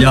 家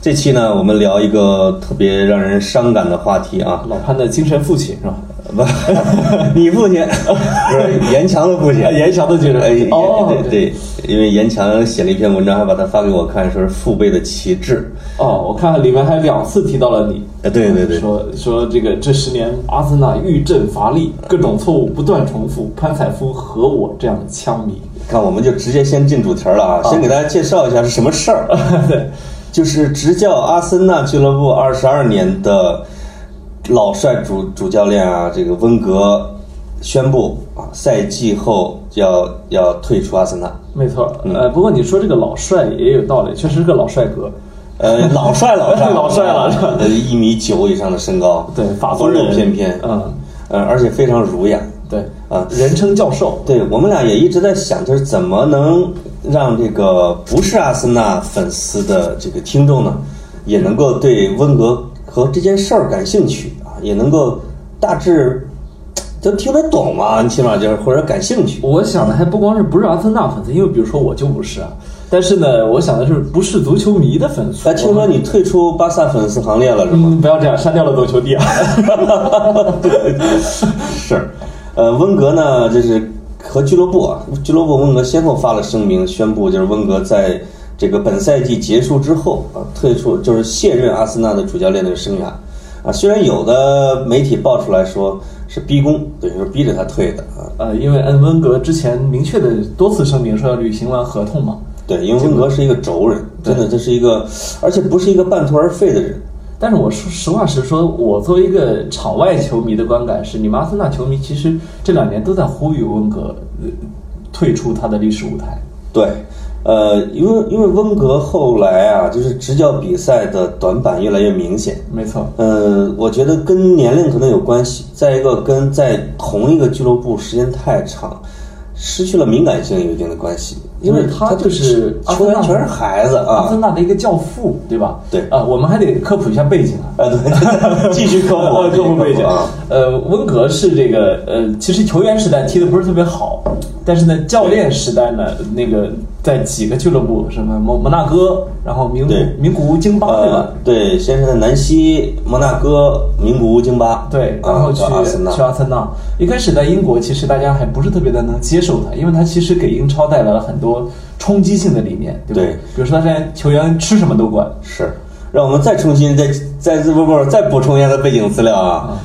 这期呢，我们聊一个特别让人伤感的话题啊， 老潘的精神父亲是吧？不，你父亲不是严强的父亲，啊 严强的精神哎严哦对对，因为严强写了一篇文章，还把它发给我看，说是父辈的旗帜。哦，我看里面还两次提到了你。呃对对对说说这个这十年，阿森纳遇阵乏力，各种错误不断重复，潘采夫和我这样的枪迷。看，我们就直接先进主题儿了啊，先给大家介绍一下是什么事儿。 对，就是执教阿森纳俱乐部二十二年的老帅主主教练啊，这个温格宣布啊，赛季后要要退出阿森纳。没错。呃，不过你说这个老帅也有道理，确实是个老帅哥。呃， 老帅老帅老帅了是吧呃，一米九以上的身高，对法国风人度翩翩，嗯，呃，而且非常儒雅，对，呃啊，人称教授。对我们俩也一直在想，就是怎么能让这个不是阿森纳粉丝的这个听众呢，也能够对温格和这件事儿感兴趣啊，也能够大致就听得懂嘛，你起码就是或者感兴趣。我想的还不光是不是阿森纳粉丝，因为比如说我就不是啊。但是呢，我想的是不是足球迷的粉丝。哎，听说你退出巴萨粉丝行列了是吗？嗯，不要这样，删掉了足球帝啊。是，呃，温格呢，就是和俱乐部啊，俱乐部温格先后发了声明，宣布就是温格在这个本赛季结束之后啊，退出就是卸任阿森纳的主教练的生涯啊。虽然有的媒体爆出来说是逼宫，等于说逼着他退的啊。呃，因为恩温格之前明确的多次声明说要履行完合同嘛，对，因为温格是一个轴人，真的，这是一个，而且不是一个半途而废的人。但是我说实话实说，我作为一个场外球迷的观感是，你们阿森纳球迷其实这两年都在呼吁温格、呃、退出他的历史舞台。对，呃，因为因为温格后来啊，就是执教比赛的短板越来越明显，没错，呃，我觉得跟年龄可能有关系，再一个跟在同一个俱乐部时间太长，失去了敏感性有一定的关系，因为因为他就就是啊阿球森纳员全是孩子阿森啊，纳的一个教父，对吧？对啊、我们还得科普一下背景啊。啊 对，继续科呃普，科普背景啊，。呃，温格是这个呃，其实球员时代踢的不是特别好，但是呢，教练时代呢，那个在几个俱乐部，什么摩摩纳哥，然后名古对名古屋京巴，啊对吧呃？，对，先是在南希、摩纳哥、名古屋、京巴，对，然啊，后去、到阿森纳去，阿森纳。一开始在英国，其实大家还不是特别的能接受他，因为他其实给英超带来了很多冲击性的理念，对吧？对比如说他现在球员吃什么都管，是，让我们再重新再再不不再补充一下他背景资料嗯啊，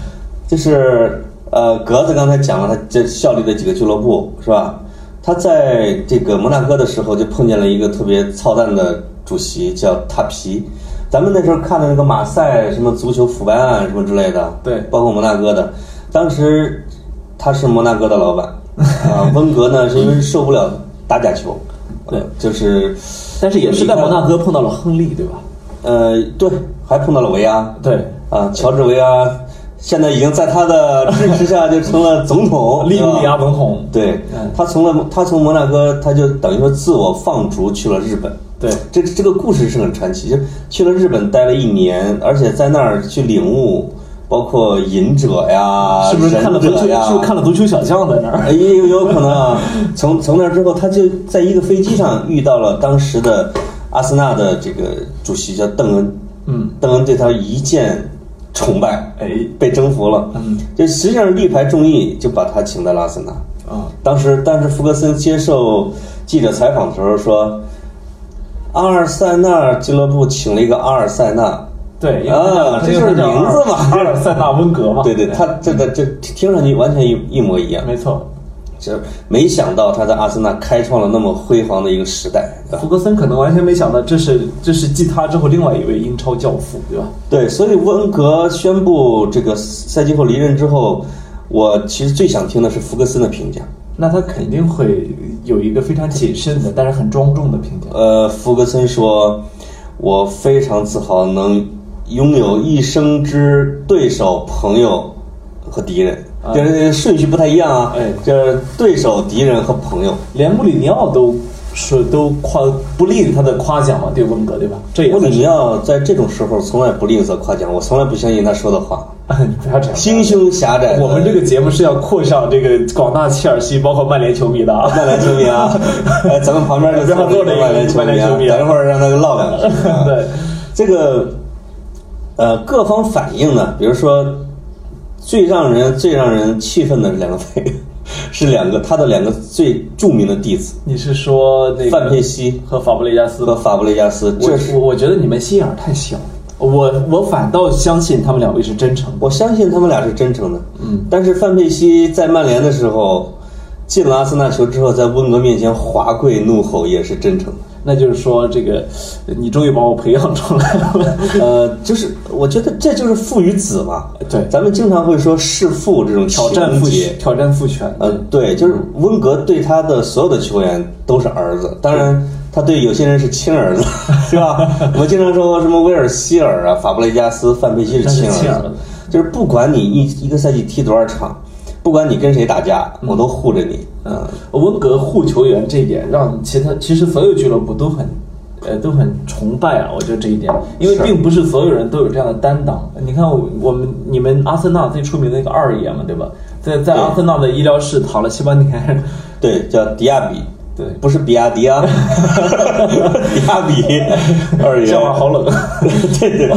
就是呃，格子刚才讲了他这效力的几个俱乐部是吧？他在这个摩纳哥的时候就碰见了一个特别操蛋的主席，叫塔皮。咱们那时候看的那个马赛什么足球腐败案什么之类的，对包括摩纳哥的，当时他是摩纳哥的老 板啊，温格呢是因为受不了打假球，对呃，就是但是也是在摩纳哥碰到了亨利，对吧？呃，对，还碰到了维阿，对，啊，乔治维阿现在已经在他的支持下就成了总统，利对吧物浦亚总统，呃对嗯他从了他从摩纳哥，他就等于说自我放逐去了日本。对这这个故事是很传奇，就去了日本待了一年，而且在那儿去领悟，包括隐者呀，是不是看了足忍者球？呀，是不是看了足球小将在那儿？哎也有有可能 啊。从从那之后，他就在一个飞机上遇到了当时的阿森纳的这个主席叫邓恩，嗯，邓恩对他一见崇拜，哎被征服了，嗯，这实际上是力排众议就把他请到了阿森纳。啊，当时，但是福格森接受记者采访的时候说，阿尔塞纳俱乐部请了一个阿尔塞纳，对，因为啊他这就是因为他叫名字嘛阿尔塞纳温格嘛，对哎对，他这个这听上去完全一一模一样。没错。这没想到他在阿森纳开创了那么辉煌的一个时代。对吧福格森可能完全没想到，这是这是继他之后另外一位英超教父，对吧？对，所以温格宣布这个赛季后离任之后，我其实最想听的是福格森的评价。那他肯定会有一个非常谨慎的，但是很庄重的评价。呃，福格森说：“我非常自豪能拥有一生之对手、朋友和敌人，就是顺序不太一样啊。啊哎就是对手、敌人和朋友。连穆里尼奥都说都夸不吝他的夸奖嘛，对温格对吧？这也穆算里是尼奥在这种时候从来不吝啬夸奖，我从来不相信他说的话。 你不要这样。心胸狭窄的，我们这个节目是要扩向这个广大切尔西，包括曼联球迷的啊。曼联球迷啊，哎，咱们旁边就坐着一个曼联球迷啊，等一会儿让他唠两句、啊。 对，这个呃，各方反应呢，比如说最让人最让人气愤的是两个是两个他的两个最著名的弟子你是说那个范佩西和法布雷加斯和吗？法布雷加斯，我这是我我觉得你们心眼儿太小，我我反倒相信他们两位是真诚的。我相信他们俩是真诚的。嗯，但是范佩西在曼联的时候。进了阿森纳球之后，在温格面前华贵怒吼也是真诚的。那就是说，这个你终于把我培养出来 了。呃，就是我觉得这就是父与子嘛。对咱们经常会说弑父这种挑战情父节挑战父权，呃，对，就是温格对他的所有的球员都是儿子，当然他对有些人是亲儿子， 是吧？我们经常说什么威尔希尔啊、法布雷加斯、范佩西是亲那是亲儿儿子子，就是不管你一一个赛季踢多少场，不管你跟谁打架，我都护着你。嗯，温格呃护球员这一点，让其他其实所有俱乐部都很，呃，都很崇拜啊。我觉得这一点，因为是并不是所有人都有这样的担当。你看我我们你们阿森纳最出名的那个二爷嘛，对吧？在在对阿森纳的医疗室躺了七八年， 对，叫迪亚比，对，不是比亚迪啊， 迪亚比二 爷。笑话好冷。 对对，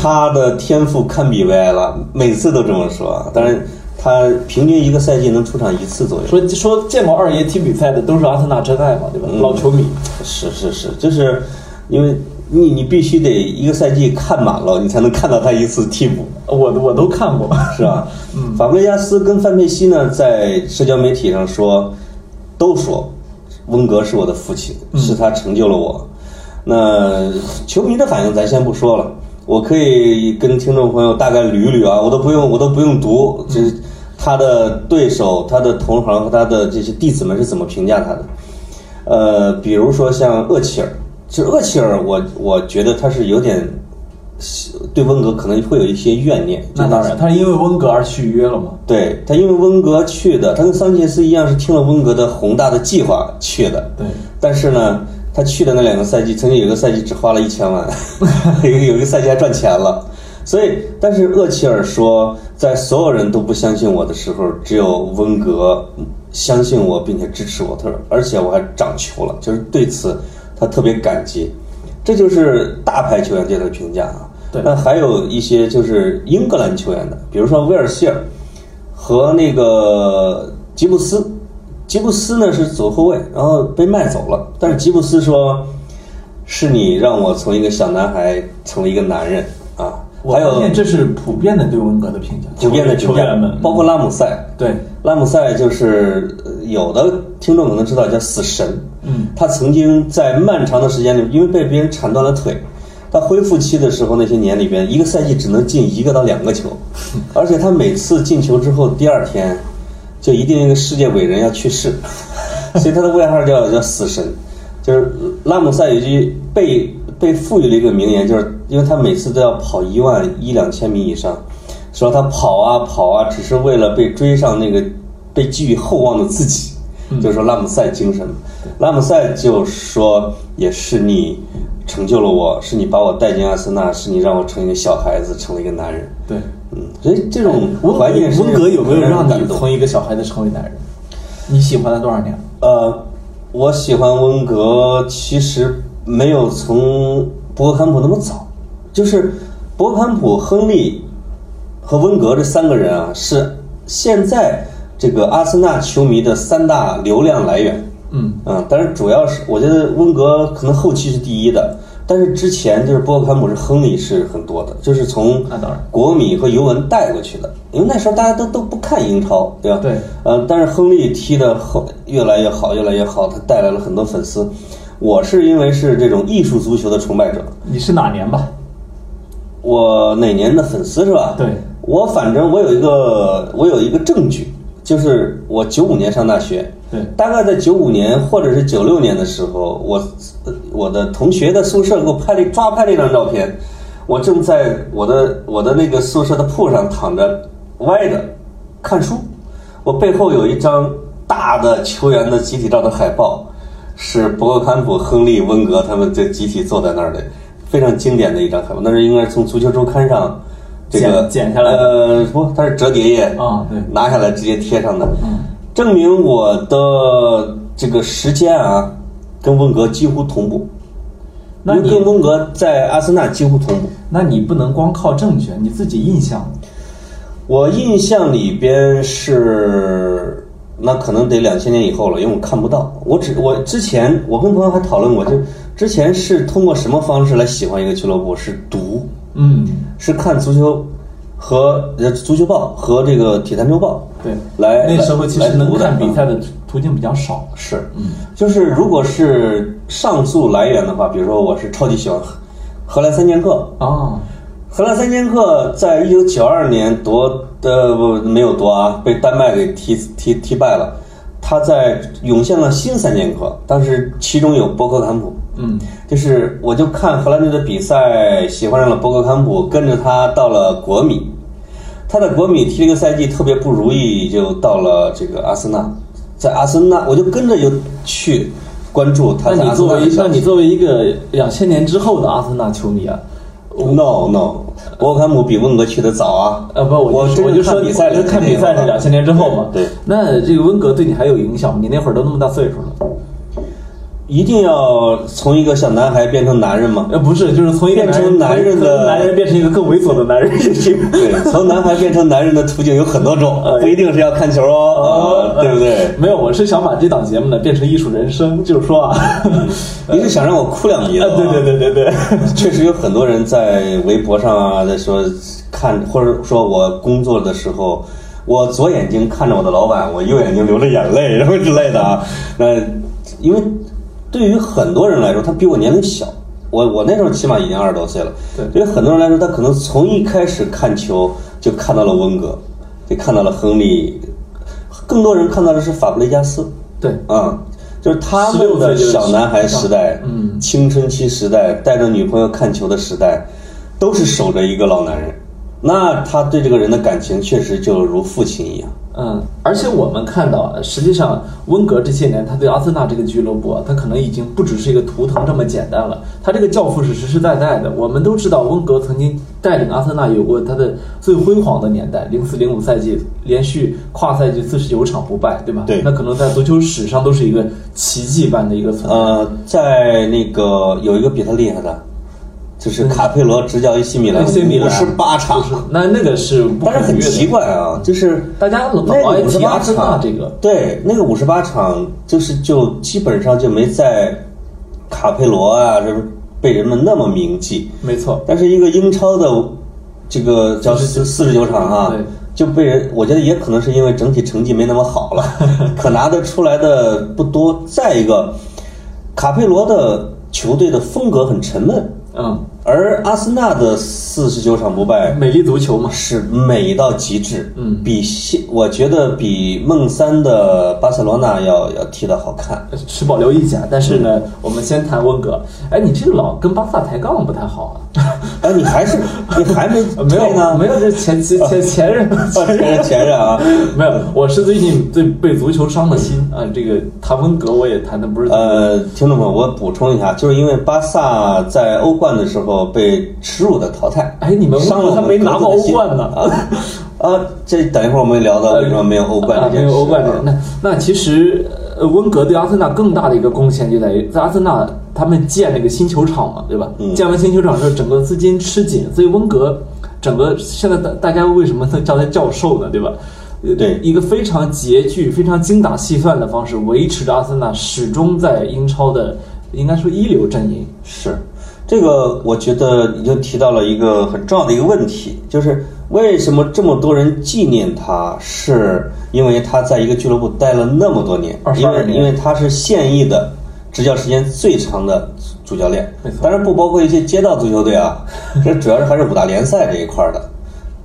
他的天赋堪比 VI 了，每次都这么说。但是他平均一个赛季能出场一次左右。说说见过二爷踢比赛的都是阿森纳真爱嘛，对吧？老球迷，是是是，就是因为你你必须得一个赛季看满了，你才能看到他一次替补，我我都看 过，是吧？嗯法布雷加斯跟范佩西呢，在社交媒体上说，都说温格是我的父亲，嗯是他成就了我。那球迷的反应咱先不说了，我可以跟听众朋友大概捋一捋啊，我都不用我都不用读，就是嗯他的对手、他的同行和他的这些弟子们是怎么评价他的。呃，比如说像厄齐尔，其实厄齐尔我我觉得他是有点对温格可能会有一些怨念，就那当然，他是因为温格而续约了嘛。对他，因为温格去的，他跟桑切斯一样是听了温格的宏大的计划去的。对，但是呢，他去的那两个赛季，曾经有一个赛季只花了一千万， 有一个有一个赛季还赚钱了。所以，但是厄齐尔说，在所有人都不相信我的时候，只有温格相信我并且支持我。他说，而且我还长球了，就是对此他特别感激。这就是大牌球员界的评价啊。对那还有一些就是英格兰球员的，比如说威尔希尔和那个吉布斯。吉布斯呢是左后卫，然后被卖走了。但是吉布斯说：“是你让我从一个小男孩成为一个男人啊。”我还发有现这是普遍的对温格的评价，普遍的评球价员们，包括拉姆塞。对拉姆塞就是呃有的听众可能知道叫死神，嗯，他曾经在漫长的时间里，因为被别人铲断了腿，他恢复期的时候那些年里边，一个赛季只能进一个到两个球，而且他每次进球之后，第二天就一定一个世界伟人要去世， 所以他的外号叫叫死神，就是拉姆塞有一句被被赋予了一个名言，就是因为他每次都要跑一万一两千米以上，说他跑啊跑啊，只是为了被追上那个被寄予厚望的自己，嗯就是说拉姆塞精神嘛。拉姆塞就说也是你成就了我，是你把我带进阿森纳，是你让我从一个小孩子成为一个男人。对。嗯，所以这种哎温怀念是温格有没有让感你动？从一个小孩子成为男人？你喜欢他多少年了？呃，我喜欢温格，其实没有从博格坎普那么早，就是博格坎普、亨利和温格这三个人啊，是现在这个阿森纳球迷的三大流量来源。嗯，嗯，但是主要是我觉得温格可能后期是第一的，但是之前就是波克坎普是亨利是很多的，就是从那当然国米和尤文带过去的，因为那时候大家都都不看英超，对吧？对呃，但是亨利踢的后越来越好，越来越好，他带来了很多粉丝。我是因为是这种艺术足球的崇拜者，你是哪年吧？我哪年的粉丝是吧？对，我反正我有一个我有一个证据，就是我九五年上大学，对大概在九五年或者是九六年的时候，我我的同学在宿舍给我拍了抓拍了一张照片，我正在我的我的那个宿舍的铺上躺着歪着看书，我背后有一张大的球员的集体照的海报，是博格坎普、亨利、温格他们这集体坐在那儿的，非常经典的一张海报。那是应该是从足球周刊上这个剪剪下来的呃，不，它是折叠页啊对嗯拿下来直接贴上的，证明我的这个时间啊跟温格几乎同步。那因为你跟温格在阿森纳几乎同步。那你不能光靠证据，你自己印象。我印象里边是，那可能得两千年以后了，因为我看不到。我只我之前我跟朋友还讨论过，就之前是通过什么方式来喜欢一个俱乐部？是读，嗯，是看足球和呃足球报和这个体坛周报。对，来那时候其实能看比赛。赛嗯的途途径比较少。是，就是如果是上溯来源的话，比如说我是超级喜欢荷荷兰三剑客，啊，荷兰三剑客在一九九二年夺的呃不没有夺啊，被丹麦给踢踢踢败了。他在涌现了新三剑客，当时其中有博格坎普，嗯，就是我就看荷兰队的比赛，喜欢上了博格坎普，跟着他到了国米。他在国米踢了一个赛季特别不如意，就到了这个阿森纳，在阿森纳我就跟着就去关注他那在你阿森作纳的为消那息你作为一个两千年之后的阿森纳球迷啊， no no，博格坎普比温格去的早啊，呃，不，我我就我真就正说看比赛我就看比赛是两千年之后嘛。对对那这个温格对你还有影响吗？你那会儿都那么大岁数了，一定要从一个小男孩变成男人 嘛，呃，不是，就是从一个变成男男人的从男人变成一个更猥琐的男人，这是一个对，从男孩变成男人的途径有很多种，呃不一定是要看球哦，啊对不对？ 没有，我是想把这档节目呢变成艺术人生，就是说啊， 你是想让我哭两集啊的、，对对对对对，对， 确实有很多人在微博上啊，在说看，或者说我工作的时候，我左眼睛看着我的老板，我右眼睛流着眼泪，然后之类的啊。那因为对于很多人来说，他比我年龄小，我我那时候起码已经二十多岁了。对对于很多人来说，他可能从一开始看球就看到了温格，就看到了亨利，更多人看到的是法布雷加斯。对，啊，就是他们的小男孩时代，嗯青春期时代，带着女朋友看球的时代，都是守着一个老男人。那他对这个人的感情确实就如父亲一样。嗯，而且我们看到啊，实际上温格这些年他对阿森纳这个俱乐部啊，他可能已经不只是一个图腾这么简单了，他这个教父是实实在在的。我们都知道温格曾经带领阿森纳有过他的最辉煌的年代，零四零五赛季连续跨赛季四十九场不败，对吧？对那可能在足球史上都是一个奇迹般的一个存在。呃，在那个有一个比他厉害的，就是卡佩罗执教 AC 米兰 AC 嗯米五兰十八场，那那个是不但是可逾很越的奇怪啊，就是大家老那爱个五十提阿八森纳场这个对那个五十八场，就是就基本上就没在卡佩罗啊什么被人们那么铭记，没错，但是一个英超的这个叫四四十九场啊对，就被人我觉得也可能是因为整体成绩没那么好了，可拿得出来的不多。再一个，卡佩罗的球队的风格很沉闷，嗯，而阿森纳的四十九场不败美丽足球嘛，是美到极致，嗯比现我觉得比梦三的巴塞罗那要要踢得好看。呃持保留意见，但是呢，我们先谈温格。哎，你这个老跟巴萨抬杠不太好啊。哎，你还 是你还没没退呢？有没有，这前前前前任哦，前任前任啊。没有，我是最近对被足球伤了心啊。这个谈温格我也谈的不是，呃，听众们，我补充一下，就是因为巴萨在欧冠的时候被耻辱的淘汰，哎，你们温伤格了他没拿过欧冠呢呢。啊啊！这等一会儿我们聊到为什么没有欧冠啊这件没事、有欧冠这那那其实，呃，温格对阿森纳更大的一个贡献就在于，在阿森纳他们建那个新球场嘛，对吧？嗯建完新球场之后，整个资金吃紧，所以温格整个现在大大家为什么能叫他教授呢？对吧？呃对一个非常拮据、非常精打细算的方式，维持着阿森纳始终在英超的应该说一流阵营。是这个，我觉得你就提到了一个很重要的一个问题，就是为什么这么多人纪念他，是因为他在一个俱乐部待了那么多年， 22因为年因为他是现役的执教时间最长的主教练没错，当然不包括一些街道足球队啊， 这主要是还是五大联赛这一块儿的。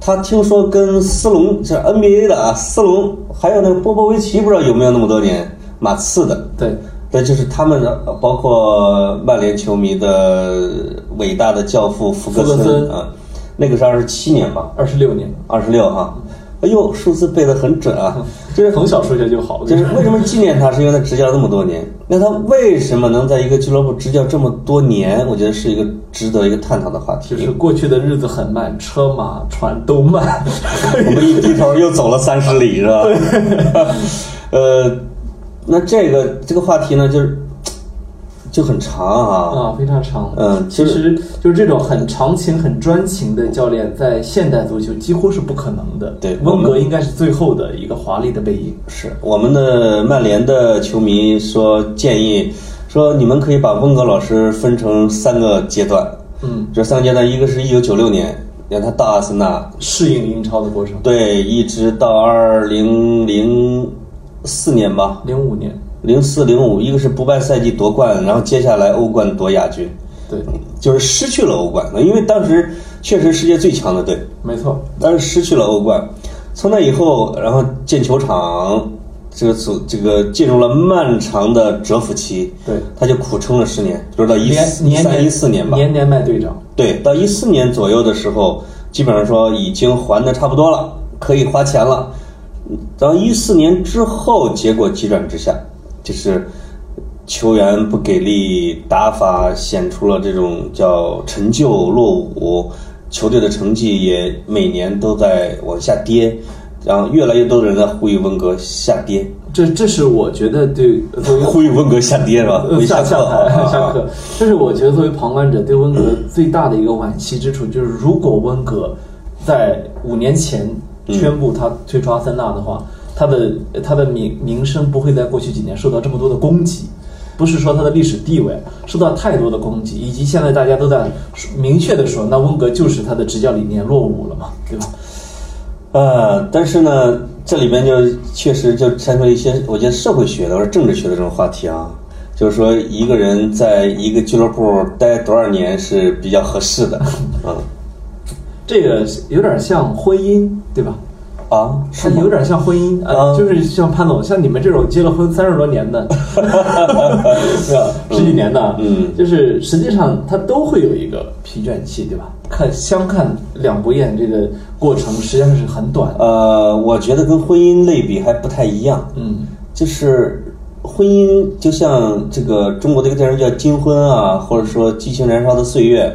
他听说跟斯隆，这 NBA 的啊，斯隆，还有那个波波维奇，不知道有没有那么多年，马刺的，对，但就是他们的，呃包括曼联球迷的伟大的教父福格福格森森啊，那个是二十七年吧，二十六年，二十六哈，哎呦，数字背得很准啊，就是从小数学就好。我就跟你是说为什么纪念他，是因为他执教那么多年。那他为什么能在一个俱乐部执教这么多年？我觉得是一个值得一个探讨的话题。就是过去的日子很慢，车马船都慢，我们一低头又走了三十里，是 吧？呃，那这个这个话题呢，就是就很长啊。啊，非常长。嗯其就是实就是这种很长情、很专情的教练，在现代足球几乎是不可能的。对我温们格应该是最后的一个华丽的背影。是我们的曼联的球迷说建议说，你们可以把温格老师分成三个阶段。嗯，这三个阶段，一个是一九九六年，让他到阿森纳，适应英超的过程。对，一直到二零零四年吧，零五年，零四零五，一个是不败赛季夺冠，然后接下来欧冠夺亚军，对，就是失去了欧冠，因为当时确实世界最强的队，没错，但是失去了欧冠。从那以后，然后建球场，这个组这个进入了漫长的蛰伏期，对他就苦撑了十年，就是到一年年三一四年吧，年年卖队长，对，到一四年左右的时候，基本上说已经还的差不多了，可以花钱了。然后一四年之后，结果急转直下，就是球员不给力，打法显出了这种叫陈旧落伍，球队的成绩也每年都在往下跌，然后越来越多的人在呼吁温格下跌，这这是我觉得对 作为呼吁温格下跌是吧？呃没下课下啊台啊 下课，这是我觉得作为旁观者对温格最大的一个惋惜之处，就是如果温格在五年前宣布他退出阿森纳的话，他的他的名名声不会在过去几年受到这么多的攻击。不是说他的历史地位受到太多的攻击，以及现在大家都在说明确的说，那温格就是他的执教理念落伍了嘛，对吧？呃，但是呢，这里边就确实就牵出一些我觉得社会学的或者政治学的这种话题啊，就是说一个人在一个俱乐部待多少年是比较合适的， 嗯这个有点像婚姻，对吧？啊，它有点像婚姻，啊呃，就是像潘总，像你们这种结了婚三十多 年的， 对吧？十几年的，嗯就是实际上它都会有一个疲倦期，对吧？看相看两不厌，这个过程实际上是很短的，呃，我觉得跟婚姻类比还不太一样，嗯，就是婚姻就像这个中国的一个电视剧叫《金婚》啊，或者说《激情燃烧的岁月》，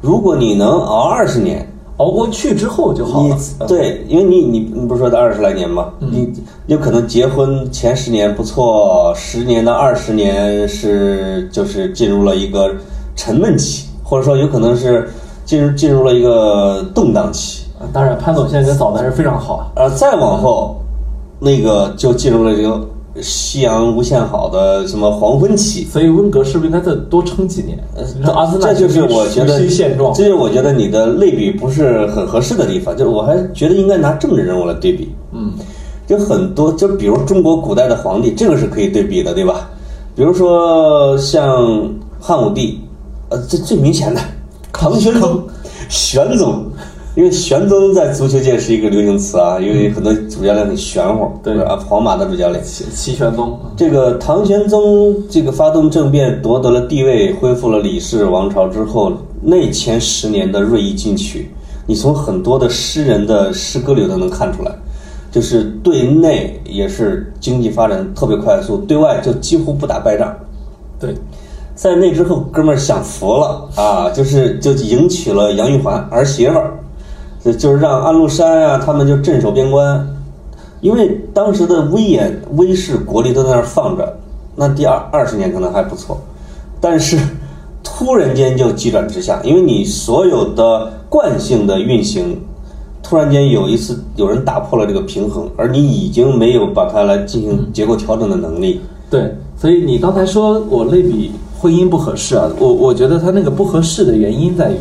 如果你能熬二十年，熬过去之后就好你了。嗯，对，因为你你你不是说才二十来年吗？你有可能结婚前十年不错，十年到二十年是就是进入了一个沉闷期，或者说有可能是进入进入了一个动荡期。呃当然潘总现在跟嫂子还是非常好啊，呃，再往后，那个就进入了一个夕阳无限好的什么黄昏期。所以温格是不是应该再多撑几年？让阿森纳呃这就是我觉得维持现状这。就是我觉得你的类比不是很合适的地方，就是我还觉得应该拿政治人物来对比。嗯，就很多，就比如中国古代的皇帝，这个是可以对比的，对吧？比如说像汉武帝，呃，这最明显的唐玄宗、玄宗，因为玄宗在足球界是一个流行词啊，因为很多主教练很玄乎，嗯对是吧？皇马的主教练，齐齐嗯玄宗，这个唐玄宗这个发动政变，夺得了帝位，恢复了李氏王朝之后，那前十年的锐意进取，你从很多的诗人的诗歌里头能看出来，就是对内也是经济发展特别快速，对外就几乎不打败仗。对，在那之后，哥们儿享福了啊，就是就迎娶了杨玉环儿媳妇儿，就就是让安禄山啊他们就镇守边关，因为当时的威严、威势、国力都在那儿放着，那第二二十年可能还不错，但是突然间就急转直下，因为你所有的惯性的运行，突然间有一次有人打破了这个平衡，而你已经没有把它来进行结构调整的能力。对，所以你刚才说我类比婚姻不合适啊，我我觉得它那个不合适的原因在于，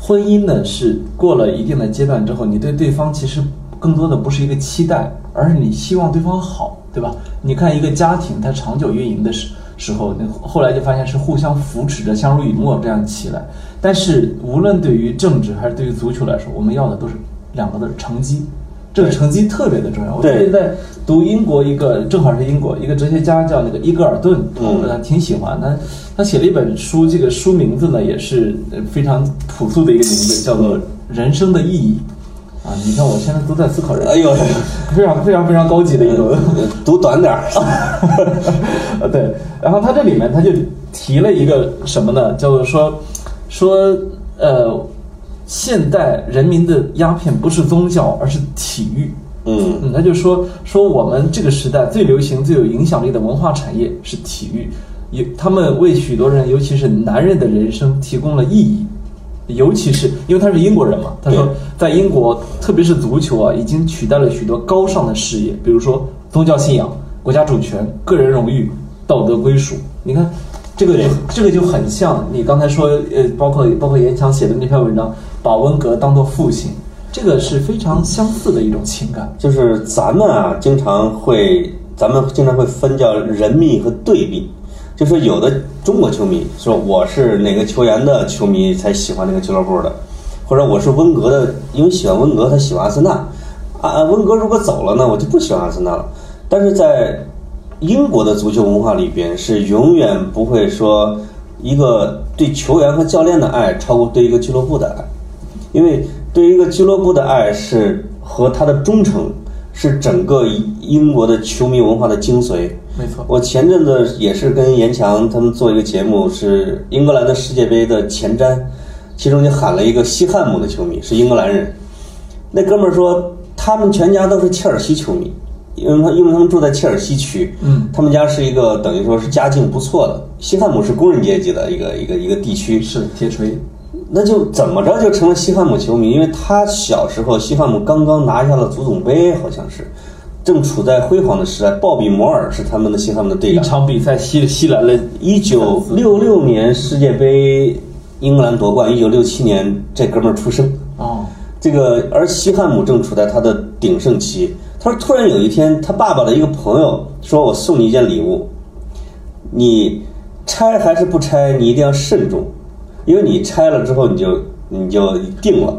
婚姻呢是过了一定的阶段之后，你对对方其实更多的不是一个期待，而是你希望对方好，对吧？你看一个家庭，它长久运营的时时候，那后来就发现是互相扶持着、相濡以沫这样起来。但是无论对于政治还是对于足球来说，我们要的都是两个字儿成绩。这个成绩特别的重要。我对最近在读英国一个，正好是英国一个哲学家叫那个伊格尔顿，嗯我挺喜欢他。他写了一本书，这个书名字呢也是呃非常朴素的一个名字，叫做《人生的意义》。啊，你看我现在都在思考 人，哎呦，非常非常非常高级的 一种。读短点儿，呃，对，然后他这里面他就提了一个什么呢？叫做说说呃，现代人民的鸦片不是宗教，而是体育。嗯嗯，他就说说我们这个时代最流行、最有影响力的文化产业是体育，有他们为许多人，尤其是男人的人生提供了意义。尤其是因为他是英国人嘛，他说对在英国，特别是足球啊，已经取代了许多高尚的事业，比如说宗教信仰、国家主权、个人荣誉、道德归属。你看，这个就对这个就很像你刚才说，呃，包括包括严强写的那篇文章，把温格当做父亲，这个是非常相似的一种情感。就是咱们啊，经常会，咱们经常会分叫人迷和队迷，就说有的中国球迷说我是哪个球员的球迷才喜欢那个俱乐部的，或者我是温格的，因为喜欢温格，他喜欢阿森纳，啊，温格如果走了呢，我就不喜欢阿森纳了。但是在英国的足球文化里边，是永远不会说一个对球员和教练的爱超过对一个俱乐部的爱。因为对一个俱乐部的爱是和他的忠诚是整个英国的球迷文化的精髓。没错，我前阵子也是跟严强他们做一个节目，是英格兰的世界杯的前瞻，其中就喊了一个西汉姆的球迷，是英格兰人。那哥们儿说，他们全家都是切尔西球迷，因为他因为他们住在切尔西区，嗯，他们家是一个等于说是家境不错的，西汉姆是工人阶级的一个一个一个地区，是铁锤，那就怎么着就成了西汉姆球迷，因为他小时候西汉姆刚刚拿下了足总杯，好像是，正处在辉煌的时代。鲍比摩尔是他们的西汉姆的队一长。场比赛吸吸来了，一九六六年世界杯英格兰夺冠，一九六七年这哥们儿出生。哦，这个而西汉姆正处在他的鼎盛期。他说，突然有一天，他爸爸的一个朋友说：“我送你一件礼物，你拆还是不拆，你一定要慎重，因为你拆了之后，你就你就定了。”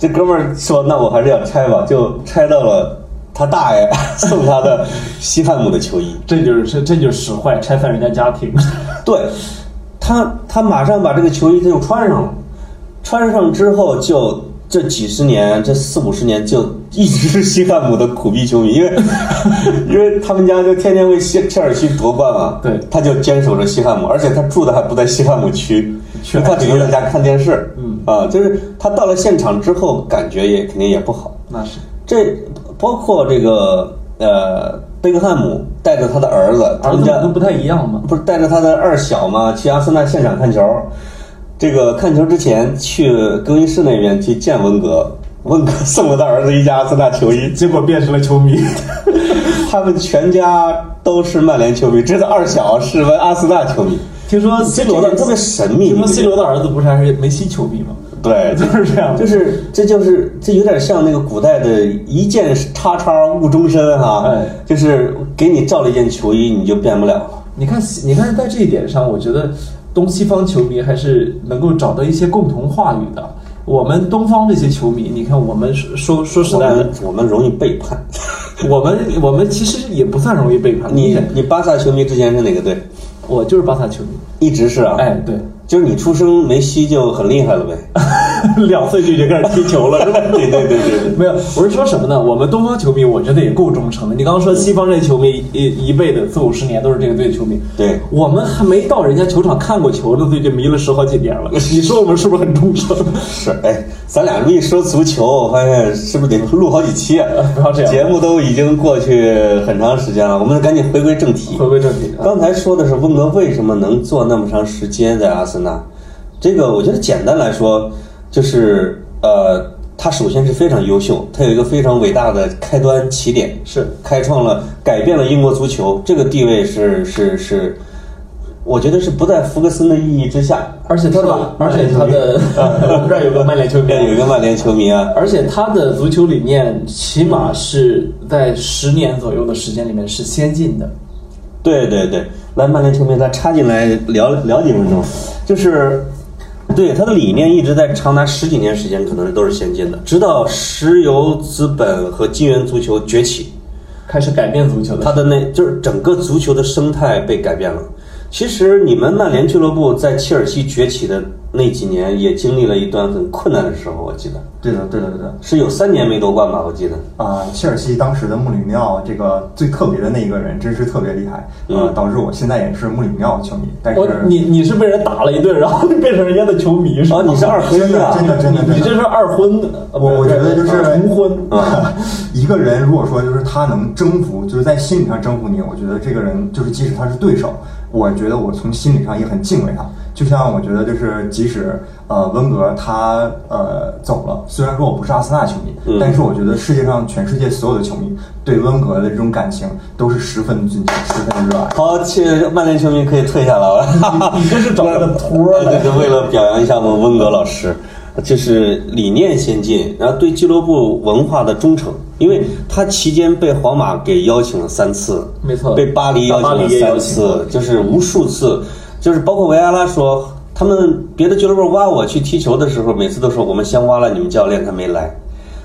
这哥们儿说：“那我还是要拆吧。”就拆到了他大爷 送他的西汉姆的球衣。这就是这这就是使坏，拆散人家家庭。对，他他马上把这个球衣他就穿上了，穿上之后就这几十年，这四五十年就一直是西汉姆的苦逼球迷，因为因为他们家就天天为西切尔西夺冠嘛，对他就坚守着西汉姆，而且他住的还不在西汉姆区，去他只能在家看电视，嗯啊，就是他到了现场之后，感觉也肯定也不好，那 是这包括这个呃贝克汉姆带着他的儿子，他儿们子家们都不太一样嘛。不是带着他的二小嘛，去阿森纳现场看球。这个看球之前去更衣室那边去见温格，温格送了他儿子一件阿森纳球衣，结果变成了球迷，他们全家都是曼联球迷，只有他二小是阿森纳球迷。听说 C 这罗个的特别神秘，听说 C 罗的儿子不是还是梅西球迷吗？对，就是这样就。是这就是这有点像那个古代的一件叉叉误终身哈、哎就是给你造了一件球衣，你就变不了了。你看，你看，在这一点上，我觉得东西方球迷还是能够找到一些共同话语的。我们东方这些球迷，你看，我们说说说实我在的们，我们容易背叛。我们我们其实也不算容易背叛。你你巴萨球迷之前是哪个队？我就是巴萨球迷，一直是啊，哎，对， 就是你出生梅西就很厉害了呗， 两岁就已经开始踢球 了，是吧？对对对对对，没有，我是说什么呢？我们东方球迷，我觉得也够忠诚的。你刚刚说西方这些球迷一一辈子四五十年都是这个队的球迷，对我们还没到人家球场看过球，那队就迷 了十好几年了。你说我们是不是很忠诚？是哎，咱俩这么一说足球，我发现是不是得录好几期啊？ 不要这样节目都已经过去很长时间了，我们赶紧回归正题回。归正题，刚才说的是温格为什么能做那么长时间在阿森纳，这个我觉得简单来说就是呃，他首先是非常优秀，他有一个非常伟大的开端起点，是开创了改变了英国足球这个地位是是是，我觉得是不在福格森的意义之下，而且他是吧的，而且他的， 我们这儿有个曼联球迷，有一个曼联球迷啊，而且他的足球理念起码是在十年左右的时间里面是先进的。对对对，来曼联球迷，咱插进来聊聊几分钟，就是对他的理念一直在长达十几年时间，可能都是先进的，直到石油资本和金元足球崛起，开始改变足球的。他的那就是整个足球的生态被改变了。其实你们曼联俱乐部在切尔西崛起的那几年，也经历了一段很困难的时候，我记得对的，对的，对的。是有三年没夺冠吧？我记得。啊、切尔西当时的穆里尼奥这个最特别的那一个人，真是特别厉害，呃，嗯导致我现在也是穆里尼奥球迷。但是我哦你你是被人打了一顿，然后变成人家的球迷是吧？哦，你是二合真一的啊？真的真的你真这的，是二婚，呃我不我觉得不就是重婚。啊 一个人如果说就是他能征服，就是在心理上征服你，我觉得这个人就是即使他是对手，我觉得我从心理上也很敬畏他。就像我觉得就是即使呃温格他呃走了，虽然说我不是阿森纳球迷，嗯但是我觉得世界上全世界所有的球迷对温格的这种感情都是十分尊敬、十分热爱。好，切，曼联球迷可以退下了。 你这是找了个托 儿对对对，为了表扬一下我们温格老师，就是理念先进，然后对俱乐部文化的忠诚，因为他期间被皇马给邀请了三次，没错被巴黎邀请巴了黎也三邀请过次，就是无数次，就是包括维埃拉说，他们别的俱乐部挖我去踢球的时候，每次都说我们先挖了你们教练，他没来。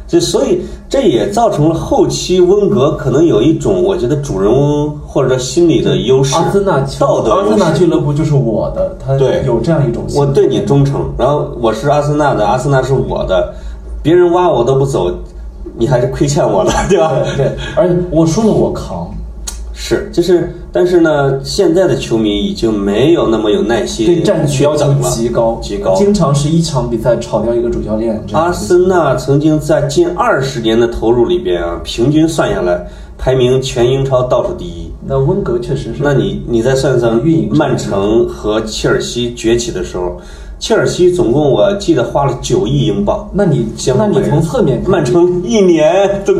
这所以这也造成了后期温格可能有一种我觉得主人翁或者心理的优势，阿森纳球道德优阿势森纳俱乐部就是我的，他对有这样一种心我态对你忠诚，然后我是阿森纳的，阿森纳是我的，别人挖我都不走，你还是亏欠我的，对吧？对对，而且我输了我扛。是，就是，但是呢，现在的球迷已经没有那么有耐心，对战需要要求求极高极高。经常是一场比赛炒掉一个主教练。这样阿森纳曾经在近二十年的投入里边啊，平均算下来排名全英超倒数第一。那温格确实是，那你你再算算运营曼城和切尔西崛起的时候，切尔西总共我记得花了九亿英镑，那你那你从侧面看曼，城一年都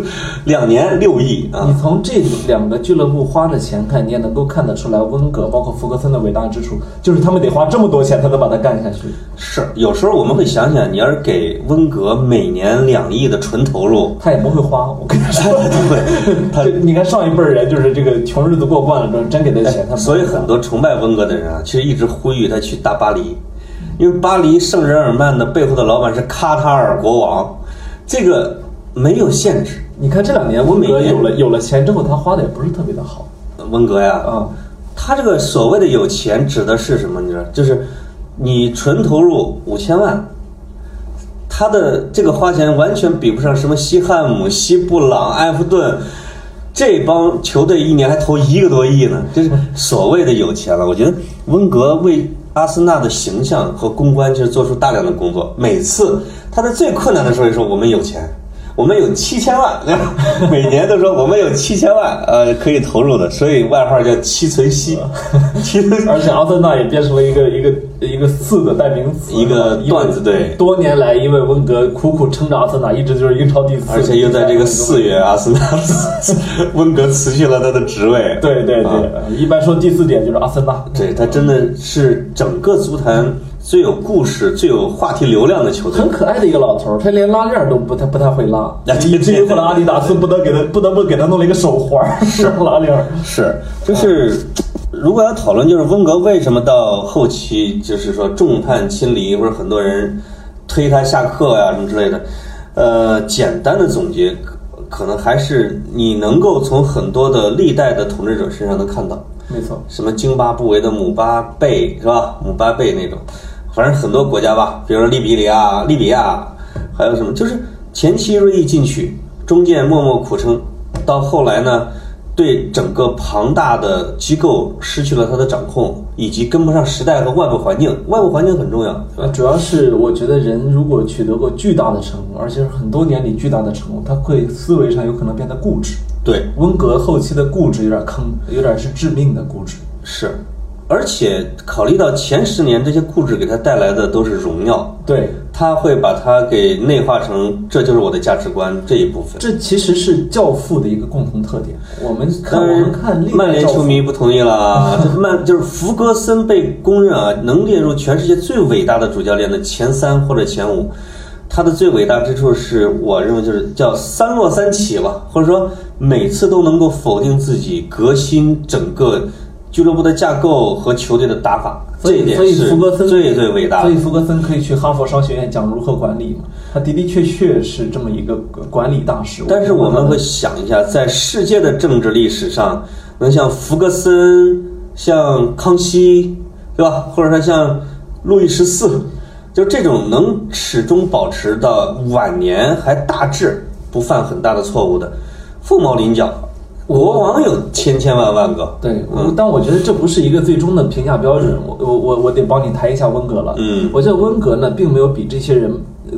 两年六亿你啊，从这两个俱乐部花的钱看，你也能够看得出来，温格包括福格森的伟大之处，就是他们得花这么多钱才能把它干下去。是有时候我们会想想，你要是给温格每年两亿的纯投入， 他也不会花，我跟你说，他就你看上一辈儿人就是这个穷日子过惯了之后，真给他钱，他哎所以很多崇拜温格的人啊，其实一直呼吁他去大巴黎，因为巴黎圣日耳曼的背后的老板是卡塔尔国王，这个没有限制。你看这两年温每格年有了有了钱之后，他花的也不是特别的好温格呀，啊。他这个所谓的有钱指的是什么？你知道，就是你纯投入五千万，他的这个花钱完全比不上什么西汉姆、西布朗、埃弗顿这帮球队，一年还投一个多亿呢，就是所谓的有钱了。我觉得温格为阿森纳的形象和公关就是做出大量的工作，每次他在最困难的时候就说我们有钱。我们有七千万，对吧 每年都说我们有七千万，呃，可以投入的，所以外号叫七存西，七存西而且阿森纳也变成了一个一个一个四的代名词，一个因为段子队多年来，因为温格苦苦撑着阿森纳，一直就是英超第四，而且又在这个四月，阿森纳温格辞去了他的职位。 对对对，啊一般说第四点就是阿森纳。对他真的是整个足坛最有故事、最有话题流量的球队很。可爱的一个老头儿，他连拉链都不太不太会拉啊对，对以至于对后来阿迪达斯不得给他不得不给他弄了一个手环儿，是拉链儿。是，就是如果要讨论，就是温格为什么到后期就是说众叛亲离，或者很多人推他下课呀、什么之类的。呃，简单的总结，可可能还是你能够从很多的历代的统治者身上能看到。没错，什么津巴布韦的姆巴贝是吧？姆巴贝那种，反正很多国家吧，比如说利比里亚、利比亚，还有什么，就是前期锐意进取，中间默默苦撑，到后来呢，对整个庞大的机构失去了他的掌控，以及跟不上时代和外部环境。外部环境很重要，对吧呃，主要是我觉得人如果取得过巨大的成功，而且是很多年里巨大的成功，他会思维上有可能变得固执。对，温格后期的固执有点坑，有点是致命的固执。是。而且考虑到前十年这些固执给他带来的都是荣耀，对，他会把它给内化成这就是我的价值观这一部分。这其实是教父的一个共同特点。我们看，当我然们看历，代曼联教父球迷不同意啦。这曼就是福格森被公认啊，能列入全世界最伟大的主教练的前三或者前五。他的最伟大之处是，我认为就是叫三落三起吧，或者说每次都能够否定自己，革新整个俱乐部的架构和球队的打法，所这一以，点所以是福格森最最伟大所的以。福格森可以去哈佛商学院讲如何管理嘛，他的的确确是这么一个管理大师。但是我们会想一下，在世界的政治历史上，能像福格森、像康熙，对吧？或者说像路易十四，就这种能始终保持到晚年还大致不犯很大的错误的，凤毛麟角。国王有千千万万个，对，我嗯，但我觉得这不是一个最终的评价标准。我我我我得帮你抬一下温格了。嗯我觉得温格呢，并没有比这些人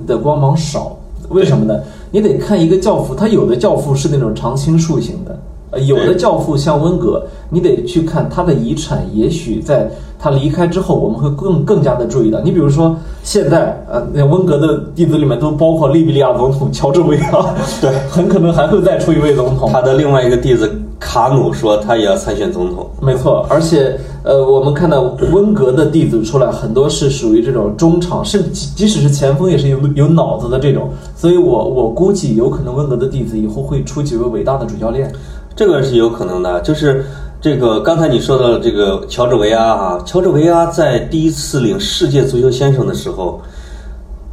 的光芒少。为什么呢？你得看一个教父，他有的教父是那种常青树型的，呃，有的对教父像温格，你得去看他的遗产，也许在他离开之后，我们会更更加的注意到。你比如说，现在呃，那温格的弟子里面都包括利比利亚总统乔治维昂，对很可能还会再出一位总统。他的另外一个弟子卡努说他也要参选总统。没错，而且呃，我们看到温格的弟子出来很多是属于这种中场，甚至即即使是前锋也是有有脑子的这种，所以我我估计有可能温格的弟子以后会出几位伟大的主教练。这个是有可能的，就是这个刚才你说的这个乔治维阿啊，乔治维阿在第一次领世界足球先生的时候，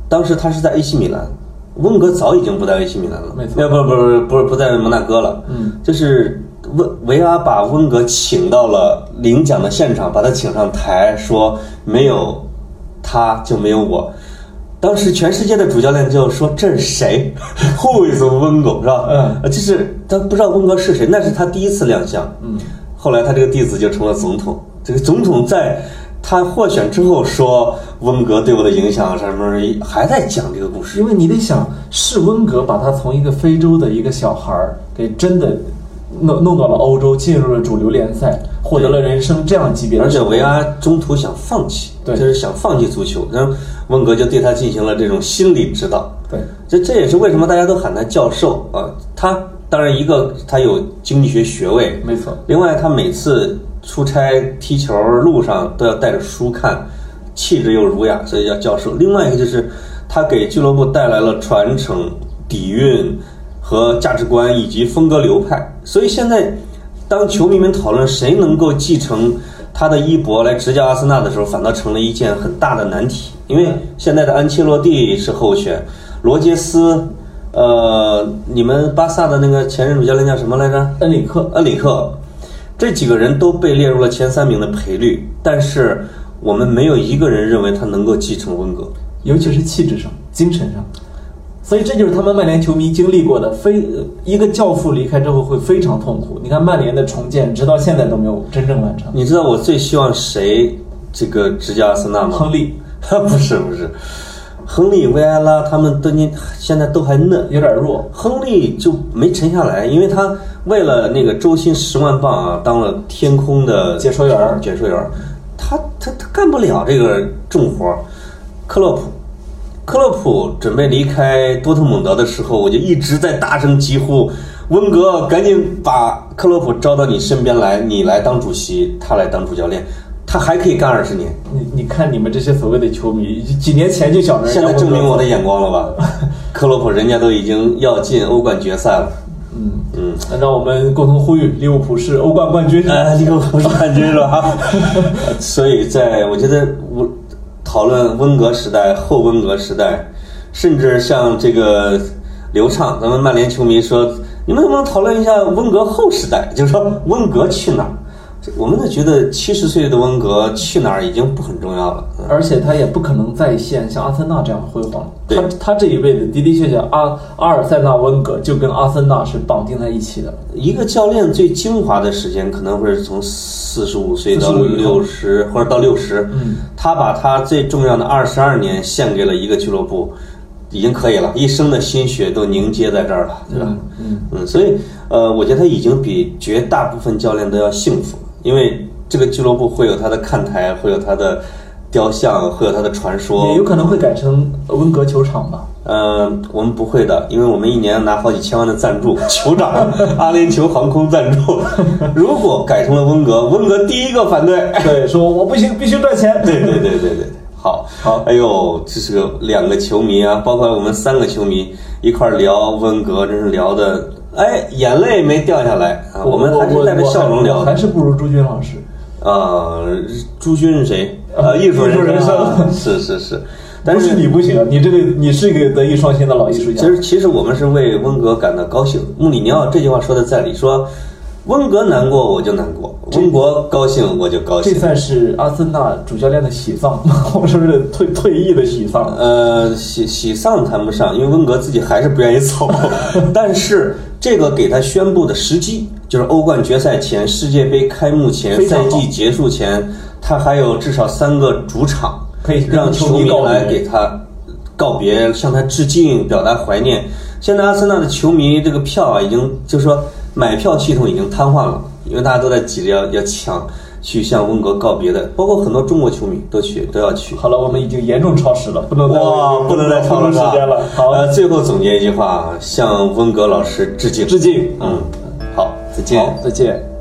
当时他是在 AC 米兰，温格早已经不在 AC 米兰了，没错呃，不不不不不在摩纳哥了，嗯，就是温维阿把温格请到了领奖的现场，把他请上台，说没有他就没有我。当时全世界的主教练就说：“这是谁 ？Who is 温格？是吧？嗯呃，就是他不知道温格是谁，那是他第一次亮相。嗯，后来他这个弟子就成了总统。这个总统在他获选之后说温格对我的影响啊什么，还在讲这个故事因。为你得想，是温格把他从一个非洲的一个小孩儿给真的弄弄到了欧洲，进入了主流联赛，获得了人生这样级别的而且成功维阿中途想放弃，嗯对就是想放弃足球，然后温格就对他进行了这种心理指导。对这这也是为什么大家都喊他教授啊。他当然一个他有经济学学位，没错另外他每次出差踢球路上都要带着书看，气质又儒雅，所以叫教授。另外一个就是他给俱乐部带来了传承、底蕴和价值观以及风格流派。所以现在当球迷们讨论谁能够继承。他的衣钵来执教阿森纳的时候，反倒成了一件很大的难题，因为现在的安切洛蒂是候选，罗杰斯，呃，你们巴萨的那个前任主教练叫什么来着？恩里克，恩里克，这几个人都被列入了前三名的赔率，但是我们没有一个人认为他能够继承温格。尤其是气质上、精神上。所以这就是他们曼联球迷经历过的，非呃一个教父离开之后会非常痛苦。你看曼联的重建，直到现在都没有真正完成。你知道我最希望谁这个执教阿森纳吗？亨利 不是不是，亨利、维埃拉他们都年现在都还嫩，有点弱，亨利就没沉下来，因为他为了那个周薪十万镑啊，当了天空的解说员儿解说员儿，他他他干不了这个重活儿。克洛普，克洛普准备离开多特蒙德的时候，我就一直在大声疾呼：“温格，赶紧把克洛普招到你身边来，你来当主席，他来当主教练，他还可以干二十 年。你你看你们这些所谓的球迷，几年前就想着现在证明我的眼光了 吧？克洛普人家都已经要进欧冠决赛了。”的，让我们共同呼吁利物浦是欧冠冠军。呃，利物浦是冠军是吧？ 所以在我觉得我讨论温格时代、后温格时代，甚至像这个刘畅，咱们曼联球迷说，你们能不能讨论一下温格后时代？就是说温格去哪儿？这我们都觉得七十岁的温格去哪儿已经不很重要了。嗯而且他也不可能再现像阿森纳这样辉煌。对他他这一辈子的的确确，阿阿尔塞纳温格就跟阿森纳是绑定在一起的。一个教练最精华的时间可能会是从四十五岁到45以后六十，或者到六十。嗯，他把他最重要的二十二年献给了一个俱乐部，已经可以了，一生的心血都凝结在这儿了，对吧？嗯嗯，所以呃，我觉得他已经比绝大部分教练都要幸福，因为这个俱乐部会有他的看台，会有他的雕像，会有他的传说，也有可能会改成温格球场吧。呃，我们不会的，因为我们一年拿好几千万的赞 助，酋长阿联酋航空赞助。如果改成了温格，温格第一个反对。 对，说我不行，必须赚钱。对对对对对，好，好，哎呦，这是个两个球迷啊，包括我们三个球迷一块儿聊温格，真是聊的，哎，眼泪没掉下来啊，我们还是带着笑容我聊还的。是不如朱军老师。呃，朱军是谁？呃，艺术艺术人人生 是是是，但但是是你不行，你这个你是一个德艺双馨的老艺术家。其实，其实我们是为温格感到高兴。穆里尼奥这句话说的在理，说温格难过我就难过，温格高兴我就高这兴。算是阿森纳主教练的喜丧吗？ 我说是退退役的喜丧。呃，喜喜丧谈不上，因为温格自己还是不愿意 走。但是这个给他宣布的时机，就是欧冠决赛前、世界杯开幕前、非常赛好季结束前，他还有至少三个主场可以跟让球球迷迷告别来给他告别，向他致敬，表达怀念。现在阿森纳的球迷这个票啊，已经就是说买票系统已经瘫痪了，因为大家都在挤着要要抢去向温格告别的，包括很多中国球迷都去都要去。好了，我们已经严重超时了，不能再哇，不能再超长时间了。好，呃，最后总结一句话，向温格老师致敬，致敬嗯，好，再见。好，再见。